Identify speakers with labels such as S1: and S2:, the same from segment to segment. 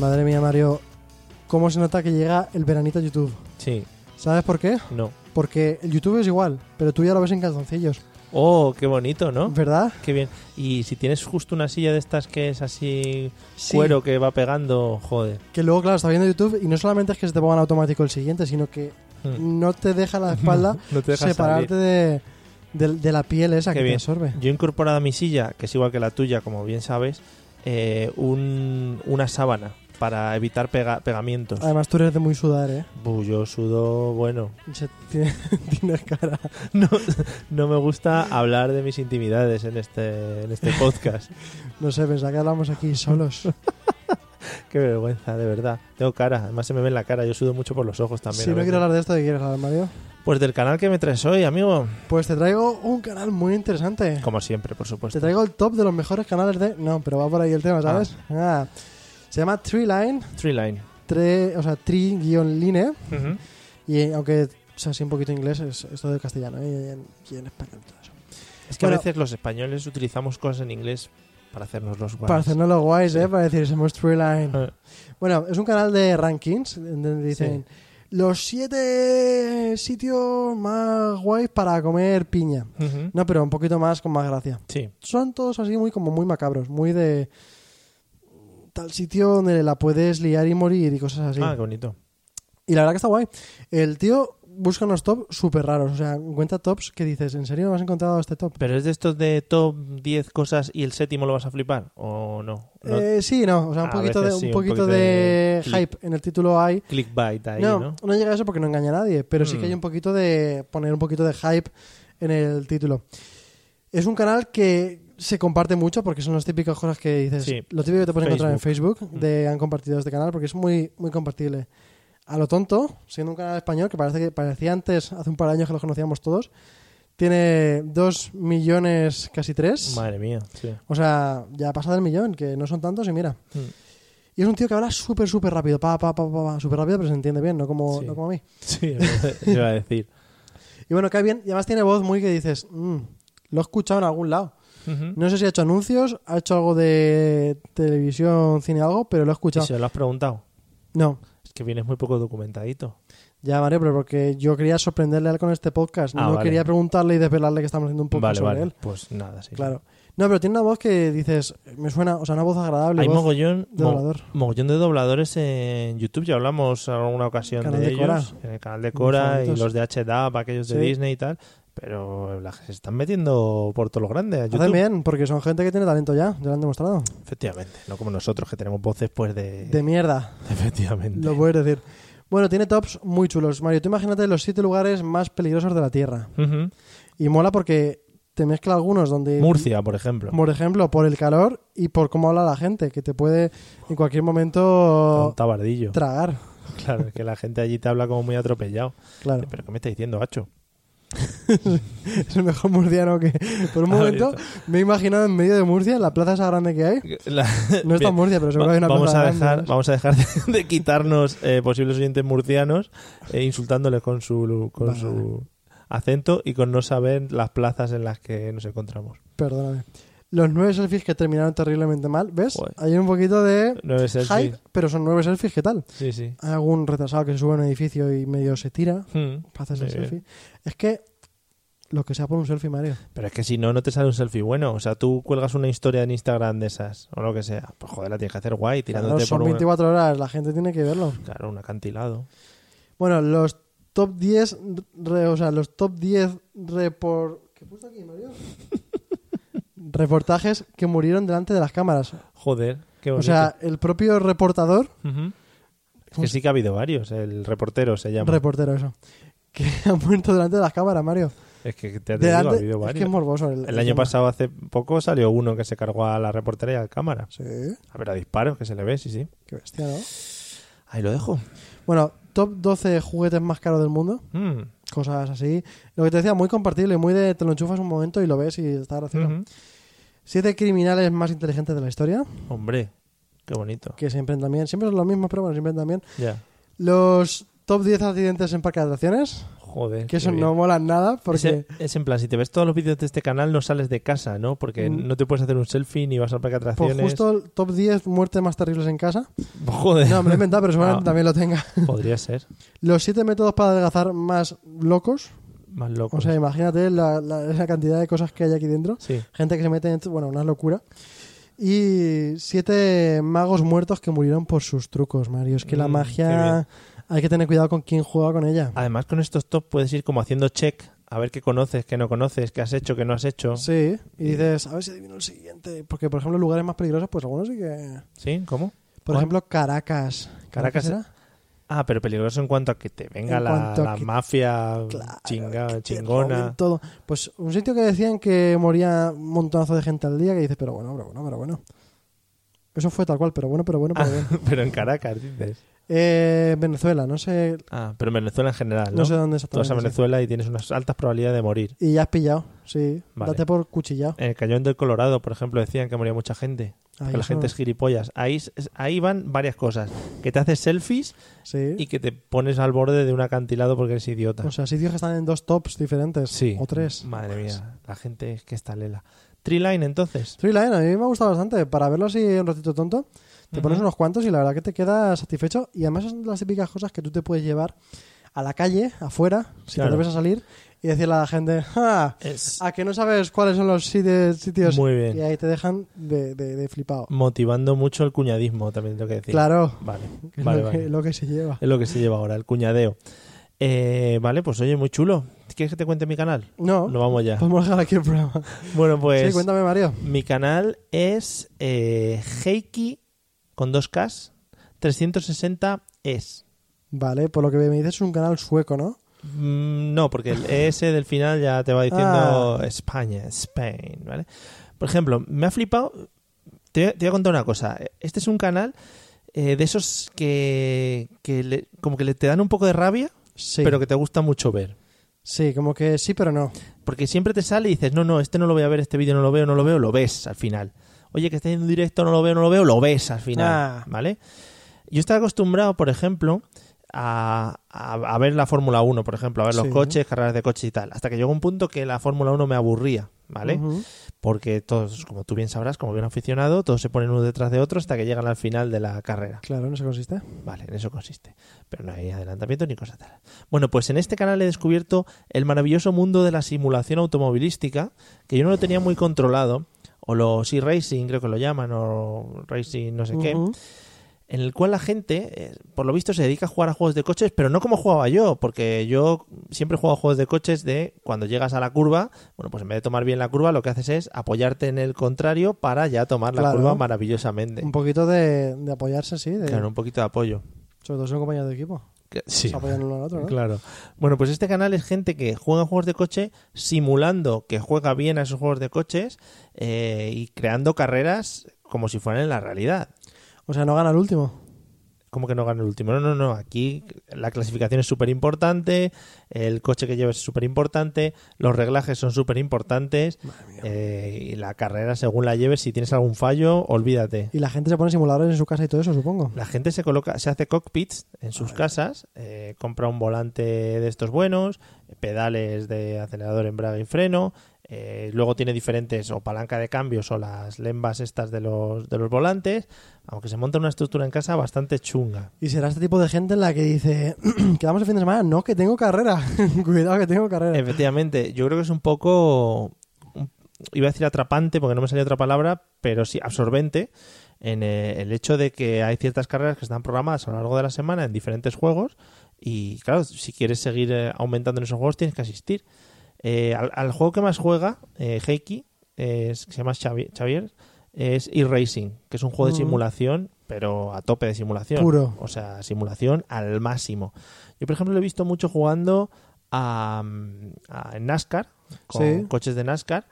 S1: Madre mía, Mario, cómo se nota que llega el veranito a YouTube.
S2: Sí,
S1: ¿Sabes por qué?
S2: no.
S1: Porque el YouTube es igual, pero tú ya lo ves en calzoncillos,
S2: Oh, qué bonito, ¿no?
S1: ¿verdad?
S2: Qué bien. Y si tienes justo una silla de estas que es así
S1: Sí.
S2: cuero que va pegando, joder.
S1: Que luego, claro, está viendo YouTube y no solamente es que se te pongan automático el siguiente, sino que
S2: Mm.
S1: no te deja la espalda
S2: No te dejas
S1: separarte de, de- de la piel esa
S2: Qué
S1: que te
S2: bien.
S1: absorbe.
S2: Yo he incorporado a mi silla, que es igual que la tuya, como bien sabes, eh, un- una sábana para evitar pega- pegamientos.
S1: Además, tú eres de muy sudar, ¿eh?
S2: Bu, yo sudo, bueno.
S1: Se- tiene- Tienes cara.
S2: No, no me gusta hablar de mis intimidades en este, en este podcast.
S1: No sé, pensaba que hablamos aquí solos.
S2: Qué vergüenza, de verdad. Tengo cara, además se me ve en la cara. Yo sudo mucho por los ojos también.
S1: si
S2: a
S1: no
S2: veces.
S1: quiero hablar de esto, ¿de qué quieres hablar, Mario?
S2: Pues del canal que me traes hoy, amigo.
S1: Pues te traigo un canal muy interesante.
S2: Como siempre, por supuesto.
S1: Te traigo el top de los mejores canales de... No, pero va por ahí el tema, ¿sabes? Ah. Se llama Tree Line,
S2: Three Line.
S1: tre, o sea, Tree-Line, y aunque sea así un poquito inglés, es, es todo de castellano ¿eh? y, en, y en español todo eso.
S2: Es que
S1: Bueno.
S2: a veces los españoles utilizamos cosas en inglés para hacernos los guays.
S1: Para hacernos los guays, ¿eh? Para decir, somos Tree Line.
S2: Pues, Ah.
S1: Bueno, es un canal de rankings, en donde dicen los siete sitios más guays para comer piña.
S2: Ujú.
S1: No, pero un poquito más, con más gracia.
S2: Sí.
S1: son todos así muy como muy macabros, muy de tal sitio donde la puedes liar y morir y cosas así.
S2: Ah, qué bonito.
S1: Y la verdad que está guay. El tío busca unos tops súper raros, o sea, encuentra tops que dices, ¿en serio no has encontrado este top?
S2: ¿Pero es de estos de top 10 cosas y el séptimo lo vas a flipar? ¿O no? no
S1: Eh, sí, no, o sea, un
S2: A
S1: poquito, de,
S2: veces
S1: un
S2: sí, un
S1: poquito
S2: poquito
S1: de
S2: de-
S1: hype en el título hay.
S2: Clickbait ahí,
S1: no,
S2: ¿no?
S1: no, llega a eso porque no engaña a nadie, pero sí que
S2: Mm.
S1: hay un poquito de poner un poquito de hype en el título. Es un canal que se comparte mucho porque son las típicas cosas que dices,
S2: Sí. Mm.
S1: lo típico que te puedes encontrar en Facebook de han compartido este canal porque es muy muy compartible. A lo tonto, siendo un canal español que parece que parecía antes hace un par de años que los conocíamos todos, tiene dos millones casi tres.
S2: Madre mía. Sí.
S1: O sea, ya pasa del millón, que no son tantos y mira.
S2: Mm.
S1: Y es un tío que habla súper, súper rápido, pa, pa, pa, pa, pa, súper rápido, pero se entiende bien, no como,
S2: Sí.
S1: no como a mí.
S2: Sí, yo iba a decir.
S1: Y bueno, cae bien, y además tiene voz muy que dices, "Mm, lo he escuchado en algún lado.
S2: Ujú.
S1: No sé si ha hecho anuncios, ha hecho algo de televisión, cine, algo, pero lo he
S2: ¿Y
S1: escuchado.
S2: se lo has preguntado?
S1: No,
S2: Es que vienes muy poco documentadito.
S1: ya, Mario, pero porque yo quería sorprenderle a él con este podcast,
S2: Ah,
S1: no
S2: vale.
S1: quería preguntarle y desvelarle que estamos haciendo un podcast
S2: vale,
S1: sobre
S2: vale.
S1: él.
S2: Pues nada, sí.
S1: Claro. No, pero tiene una voz que dices, me suena, o sea, una voz agradable.
S2: Hay
S1: voz-
S2: mogollón
S1: de
S2: mo-
S1: doblador.
S2: mogollón de dobladores en YouTube. Ya hablamos en alguna ocasión
S1: Canal
S2: de,
S1: de Cora.
S2: ellos. En el canal de
S1: Mis
S2: Cora y
S1: favoritos.
S2: los de HDAP, aquellos
S1: Sí.
S2: de Disney y tal. Pero la- se están metiendo por todo lo grande. a
S1: Hacen
S2: YouTube.
S1: bien, porque son gente que tiene talento ya, ya lo han demostrado.
S2: Efectivamente. No como nosotros que tenemos voces pues de.
S1: De mierda,
S2: Efectivamente.
S1: lo puedes decir. Bueno, tiene tops muy chulos. Mario, tú imagínate los siete lugares más peligrosos de la Tierra.
S2: Ujú.
S1: Y mola porque te mezcla algunos donde...
S2: Murcia, por ejemplo.
S1: Por ejemplo, por el calor y por cómo habla la gente, que te puede en cualquier momento
S2: Un tabardillo.
S1: tragar.
S2: Claro, es que la gente allí te habla como muy atropellado.
S1: Claro,
S2: ¿Pero qué me está diciendo, Hacho?
S1: es el mejor murciano que... Por un momento me he imaginado en medio de Murcia, en la plaza esa grande que hay. No es tan Murcia, pero seguro que hay una
S2: vamos
S1: plaza
S2: a
S1: grande, ¿eh?
S2: dejar,
S1: ¿sabes?
S2: vamos a dejar de, de quitarnos eh, posibles oyentes murcianos eh, insultándoles con su con
S1: Vale.
S2: su acento y con no saber las plazas en las que nos encontramos.
S1: Perdóname. Los nueve selfies que terminaron terriblemente mal, ¿ves?
S2: Joder.
S1: Hay un poquito de
S2: Nueve selfies.
S1: hype, pero son nueve selfies, ¿qué tal?
S2: Sí, sí.
S1: Hay algún retrasado que se sube a un edificio y medio se tira
S2: Hmm.
S1: para hacerse
S2: Muy
S1: el selfie. Es que lo que sea por un selfie, Mario.
S2: Pero es que si no, no te sale un selfie bueno. O sea, tú cuelgas una historia en Instagram de esas o lo que sea. Pues joder, la tienes que hacer guay,
S1: Claro,
S2: tirándote
S1: son
S2: por un,
S1: 24 horas, la gente tiene que verlo.
S2: claro, un acantilado.
S1: Bueno, los top 10, re- o sea, los top 10 repor... ¿Qué he puesto aquí, Mario? reportajes que murieron delante de las cámaras.
S2: Joder, qué Qué
S1: O sea, pues el propio reportador,
S2: bonito. Ujú. Es que sí que ha habido varios. El reportero se llama.
S1: reportero eso, que ha muerto delante de las cámaras, Mario.
S2: es que te digo, ha
S1: Delante,
S2: habido
S1: es que es
S2: varios.
S1: morboso. El,
S2: el año
S1: tema.
S2: pasado, hace poco, salió uno que se cargó a la reportera y al cámara.
S1: Sí,
S2: A ver, a disparos que se le ve, sí, sí.
S1: ¿Eh? qué bestia, ¿no?
S2: Ahí lo dejo.
S1: Bueno, top 12 juguetes más caros del mundo,
S2: Mm,
S1: cosas así. Lo que te decía, muy compartible, muy de te lo enchufas un momento y lo ves y está gracioso.
S2: ujú.
S1: Siete criminales más inteligentes de la historia,
S2: Hombre, qué bonito.
S1: que siempre también, siempre son los mismos, pero bueno, siempre también.
S2: Ya.
S1: Los top 10 accidentes en parque de atracciones,
S2: Joder.
S1: que
S2: qué
S1: eso
S2: bien.
S1: no molan nada, porque...
S2: Ese- Es, en plan, si te ves todos los vídeos de este canal, no sales de casa, ¿no? Porque
S1: Mm.
S2: no te puedes hacer un selfie ni vas al parque de
S1: Pues
S2: atracciones.
S1: justo el top 10 muertes más terribles en casa.
S2: Joder.
S1: No, me lo he inventado, pero seguramente
S2: Ah.
S1: también lo tenga.
S2: Podría ser.
S1: Los 7 métodos para adelgazar más locos.
S2: Más loco.
S1: O sea, imagínate la, la- esa cantidad de cosas que hay aquí dentro.
S2: sí.
S1: Gente que se mete en... Bueno, una locura. Y 7 magos muertos que murieron por sus trucos, Mario. Es que la
S2: Mm, qué bien. Ah,
S1: magia... Hay que tener cuidado con quién juega con ella.
S2: Además, con estos top puedes ir como haciendo check a ver qué conoces, qué no conoces, qué has hecho, qué no has hecho. Sí.
S1: Sí, y dices, a ver si adivino el siguiente. Porque, por ejemplo, lugares más peligrosos, pues algunos sí que...
S2: ¿Cómo?
S1: Por
S2: Ah.
S1: ejemplo, Caracas.
S2: Caracas
S1: era?
S2: Ah, pero peligroso en cuanto a que te venga
S1: En
S2: la,
S1: cuanto a
S2: la
S1: que-
S2: mafia
S1: Claro,
S2: chinga-
S1: que te roben
S2: chingona.
S1: Todo. Pues un sitio que decían que moría un montonazo de gente al día, que dices, pero bueno, pero bueno, pero bueno. Eso fue tal cual, pero bueno, pero bueno,
S2: Ah.
S1: pero bueno.
S2: pero en Caracas, dices.
S1: Eh, Venezuela, no sé,
S2: Ah, pero en Venezuela en general, ¿no?
S1: no sé dónde
S2: Tú vas
S1: exactamente.
S2: a
S1: sí.
S2: Venezuela y tienes unas altas probabilidades de morir.
S1: Y ya has pillado, sí.
S2: Vale.
S1: Date por cuchillado.
S2: En el cañón del Colorado, por ejemplo, decían que moría mucha gente.
S1: Ahí
S2: que la
S1: eso-
S2: gente es gilipollas. Ahí, es- ahí van varias cosas. Que te haces selfies
S1: Sí.
S2: y que te pones al borde de un acantilado porque eres idiota.
S1: O sea, sitios que están en dos tops diferentes.
S2: sí.
S1: O tres.
S2: Madre mía, la gente es que está lela. Treeline, entonces.
S1: Three Lion, ¿eh? a mí me ha gustado bastante. Para verlo así un ratito tonto, te
S2: Ujú.
S1: pones unos cuantos y la verdad que te quedas satisfecho. Y además son las típicas cosas que tú te puedes llevar a la calle, afuera, si
S2: Claro.
S1: te atreves a salir, y decirle a la gente, "Ja,
S2: Es
S1: a que no sabes cuáles son los siti- sitios.
S2: muy bien.
S1: Y ahí te dejan de, de, de flipado.
S2: Motivando mucho el cuñadismo, también tengo que decir.
S1: Claro,
S2: Vale,
S1: que es
S2: vale,
S1: lo, que,
S2: vale. Eh,
S1: lo que se lleva.
S2: Es lo que se lleva ahora, el cuñadeo. Eh, vale, pues oye, muy chulo. ¿Quieres que te cuente mi canal?
S1: No,
S2: No vamos ya.
S1: podemos dejar aquí el programa.
S2: Bueno,
S1: Sí,
S2: pues
S1: cuéntame, Mario.
S2: mi canal es eh, Heiki con dos Ks 360 es.
S1: Vale, por lo que me dices es un canal sueco, ¿no?
S2: Mm, No, porque el ES del final ya te va diciendo España, Spain, ¿vale? Por ejemplo, me ha flipado. Te, voy a- te voy a contar una cosa. Este es un canal eh, de esos que, que le- como que le, te dan un poco de rabia,
S1: Sí.
S2: pero que te gusta mucho ver.
S1: Sí, como que sí, pero no.
S2: Porque siempre te sale y dices, no, no, este no lo voy a ver, este vídeo no lo veo, no lo veo, lo ves al final. Oye, que está en directo, no lo veo, no lo veo, lo ves al final,
S1: Ah.
S2: ¿vale? Yo estaba acostumbrado, por ejemplo, a, a- a ver la Fórmula 1, por ejemplo, a ver los
S1: Sí.
S2: coches, carreras de coches y tal, hasta que llegó un punto que la Fórmula 1 me aburría, ¿vale?
S1: Ujú.
S2: Porque todos, como tú bien sabrás, como bien aficionado, todos se ponen uno detrás de otro hasta que llegan al final de la carrera.
S1: Claro, en eso consiste.
S2: Vale, en eso consiste. Pero no hay adelantamiento ni cosa tal. Bueno, pues en este canal he descubierto el maravilloso mundo de la simulación automovilística, que yo no lo tenía muy controlado, o los e-racing, creo que lo llaman, o racing no sé qué,
S1: Ujú.
S2: en el cual la gente, eh, por lo visto, se dedica a jugar a juegos de coches, pero no como jugaba yo, porque yo siempre he jugado a juegos de coches de cuando llegas a la curva, bueno, pues en vez de tomar bien la curva, lo que haces es apoyarte en el contrario para ya tomar la
S1: Claro.
S2: curva maravillosamente.
S1: Un poquito de, de apoyarse, sí. De,
S2: Claro, un poquito de apoyo.
S1: Sobre todo si son compañeros de equipo.
S2: Que- Sí.
S1: Se apoyan uno al otro, ¿no?
S2: Claro. Bueno, pues este canal es gente que juega juegos de coche simulando que juega bien a esos juegos de coches eh, y creando carreras como si fueran en la realidad.
S1: O sea, no gana el último.
S2: Como que no gana el último. No, no, no. Aquí la clasificación es súper importante, el coche que llevas es súper importante, los reglajes son súper importantes eh, y la carrera según la lleves, si tienes algún fallo, olvídate.
S1: Y la gente se pone simuladores en su casa y todo eso, supongo.
S2: La gente se coloca, se hace cockpits en sus casas, eh, compra un volante de estos buenos, pedales de acelerador, embrague y freno. eh, luego tiene diferentes o palanca de cambios o las lembas estas de los, de los volantes, aunque se monta una estructura en casa bastante chunga.
S1: Y será este tipo de gente en la que dice, quedamos el fin de semana, no, que tengo carrera. Cuidado que tengo carrera.
S2: Efectivamente, yo creo que es un poco, un- iba a decir atrapante porque no me salía otra palabra, pero sí absorbente en eh, el hecho de que hay ciertas carreras que están programadas a lo largo de la semana en diferentes juegos y claro, si quieres seguir eh, aumentando en esos juegos tienes que asistir. Eh, al, al juego que más juega eh, Heiki, eh, es- que se llama Xavi- Xavier, es e-racing, que es un juego de
S1: Ujú.
S2: simulación, pero a tope de simulación.
S1: Puro.
S2: O sea, simulación al máximo. Yo, por ejemplo, lo he visto mucho jugando a, mm, a- en NASCAR, con
S1: Sí.
S2: coches de NASCAR.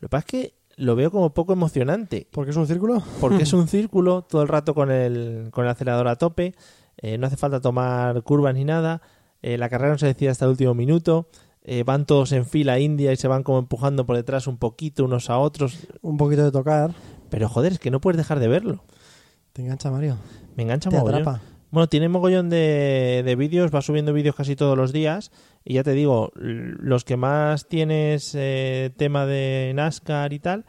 S2: Lo que pasa es que lo veo como poco emocionante,
S1: ¿Porque es un círculo?
S2: porque es un círculo todo el rato con el, con el acelerador a tope, eh, no hace falta tomar curvas ni nada, eh, la carrera no se decide hasta el último minuto. eh, van todos en fila india y se van como empujando por detrás un poquito unos a otros.
S1: Un poquito de tocar.
S2: Pero joder, es que no puedes dejar de verlo.
S1: Te engancha, Mario.
S2: Me engancha
S1: Te
S2: mogollón.
S1: atrapa.
S2: Bueno, tiene mogollón de, de vídeos, va subiendo vídeos casi todos los días. Y ya te digo, l- los que más tienes eh, tema de NASCAR y tal.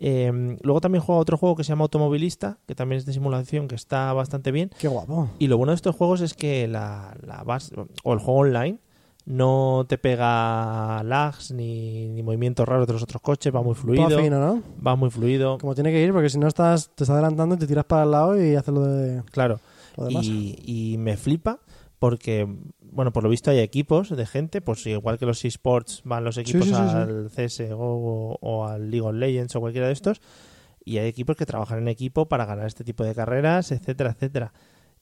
S2: eh, luego también juega otro juego que se llama Automovilista, que también es de simulación, que está bastante bien.
S1: Qué guapo.
S2: Y lo bueno de estos juegos es que la, la base, o el juego online no te pega lags ni, ni movimientos raros de los otros coches, va muy fluido.
S1: Todo fino, ¿no?
S2: Va muy fluido.
S1: Como tiene que ir, porque si no estás, te estás adelantando y te tiras para el lado y haces lo de
S2: Claro.
S1: lo demás.
S2: y, y me flipa porque, bueno, por lo visto hay equipos de gente, pues igual que los eSports van los equipos
S1: sí, sí, sí.
S2: al CSGO o, o al League of Legends o cualquiera de estos, y hay equipos que trabajan en equipo para ganar este tipo de carreras, etcétera, etcétera.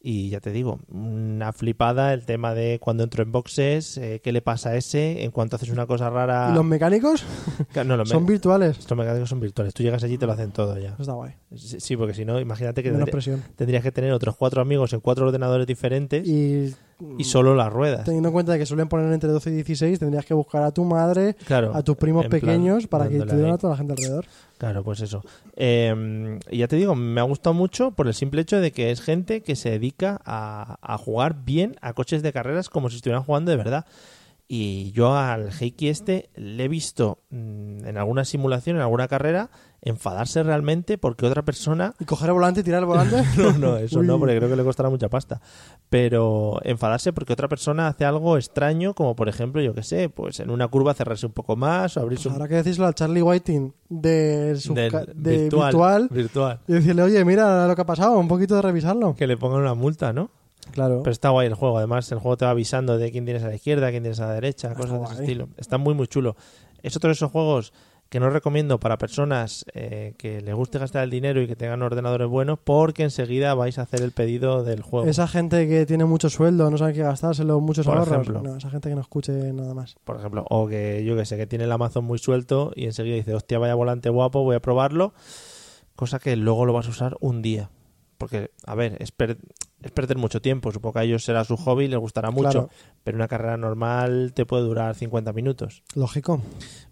S2: Y ya te digo, una flipada el tema de cuando entro en boxes, eh, qué le pasa a ese, en cuanto haces una cosa rara...
S1: ¿Y los mecánicos
S2: No, Ah. los me-
S1: son virtuales.
S2: estos mecánicos son virtuales, tú llegas allí y te lo hacen todo ya.
S1: Está guay.
S2: Sí, sí, porque si no, imagínate que
S1: Menos
S2: tendría-
S1: presión.
S2: tendrías que tener otros cuatro amigos en cuatro ordenadores diferentes
S1: Y
S2: y solo las ruedas.
S1: teniendo en cuenta que suelen poner entre 12 y 16, tendrías que buscar a tu madre,
S2: Claro,
S1: a tus primos
S2: en plan,
S1: pequeños, para que
S2: dándole
S1: te den
S2: ahí.
S1: a toda la gente alrededor.
S2: Claro, pues eso. Eh, y ya te digo, me ha gustado mucho por el simple hecho de que es gente que se dedica a, a jugar bien a coches de carreras como si estuvieran jugando de verdad. Y yo al Heiki este le he visto mm, en alguna simulación, en alguna carrera, enfadarse realmente porque otra persona
S1: Y coger el volante y tirar el volante.
S2: No, no, eso
S1: Uy.
S2: no, porque creo que le costará mucha pasta. Pero enfadarse porque otra persona hace algo extraño, como por ejemplo, yo qué sé, pues en una curva cerrarse un poco más o abrirse un...
S1: Habrá que decírselo al Charlie Whiting de, su
S2: del
S1: ca- de virtual.
S2: virtual.
S1: y decirle, oye, mira lo que ha pasado, un poquito de revisarlo.
S2: Que le pongan una multa, ¿no?
S1: Claro.
S2: Pero este está guay el juego. Además, el juego te va avisando de quién tienes a la izquierda, quién tienes a la derecha, cosas de ese
S1: guay.
S2: estilo. Está muy, muy chulo. Es otro de esos juegos que no recomiendo para personas eh, que les guste gastar el dinero y que tengan ordenadores buenos, porque enseguida vais a hacer el pedido del juego.
S1: Esa gente que tiene mucho sueldo, no sabe qué gastárselo, muchos
S2: Por
S1: ahorros.
S2: ejemplo.
S1: No, esa gente que no escuche nada más.
S2: por ejemplo, o que yo que sé, que tiene el Amazon muy suelto y enseguida dice, hostia, vaya volante guapo, voy a probarlo, cosa que luego lo vas a usar un día. Porque, a ver, es, per- es perder mucho tiempo, supongo que a ellos será su hobby, les gustará mucho,
S1: Claro.
S2: pero una carrera normal te puede durar 50 minutos,
S1: Lógico.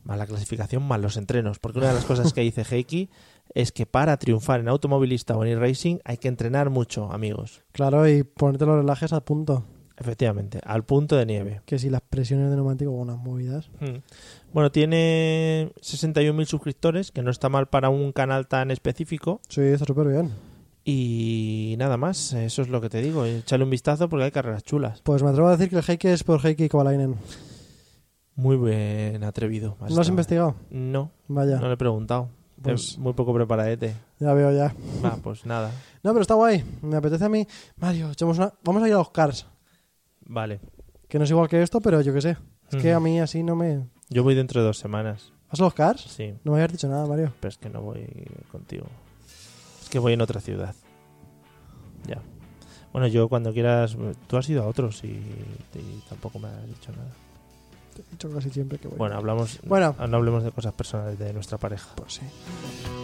S2: más la clasificación, más los entrenos, porque una de las cosas que dice Heiki es que para triunfar en automovilista o en e-racing hay que entrenar mucho, amigos.
S1: Claro, y ponerte los relajes a punto.
S2: Efectivamente, al punto de nieve.
S1: Que si las presiones de neumático, unas movidas.
S2: Mm. Bueno, tiene 61.000 suscriptores, que no está mal para un canal tan específico.
S1: Sí, está súper bien.
S2: Y nada más, eso es lo que te digo. Échale un vistazo porque hay carreras chulas.
S1: Pues me atrevo a decir que el Heike es por Heike Kovalainen.
S2: Muy bien atrevido.
S1: ¿No lo has investigado?
S2: No,
S1: Vaya,
S2: no le he preguntado.
S1: Pues-
S2: Eh, Muy poco preparadete.
S1: ya veo ya.
S2: Va, pues nada.
S1: No, pero está guay. Me apetece a mí. Mario, echemos una... vamos a ir a los Cars.
S2: Vale.
S1: Que no es igual que esto, pero yo qué sé. Es que
S2: Ujú.
S1: a mí así no me.
S2: Yo voy dentro de dos semanas.
S1: ¿Vas a los Cars?
S2: Sí,
S1: No me habías dicho nada, Mario.
S2: pero es que no voy contigo. Es que voy en otra ciudad. Ya. Bueno, yo cuando quieras... Tú has ido a otros y- y tampoco me has dicho nada.
S1: Te he dicho casi siempre que voy.
S2: Bueno, hablamos.
S1: Bueno.
S2: No hablemos de cosas personales de nuestra pareja.
S1: pues sí.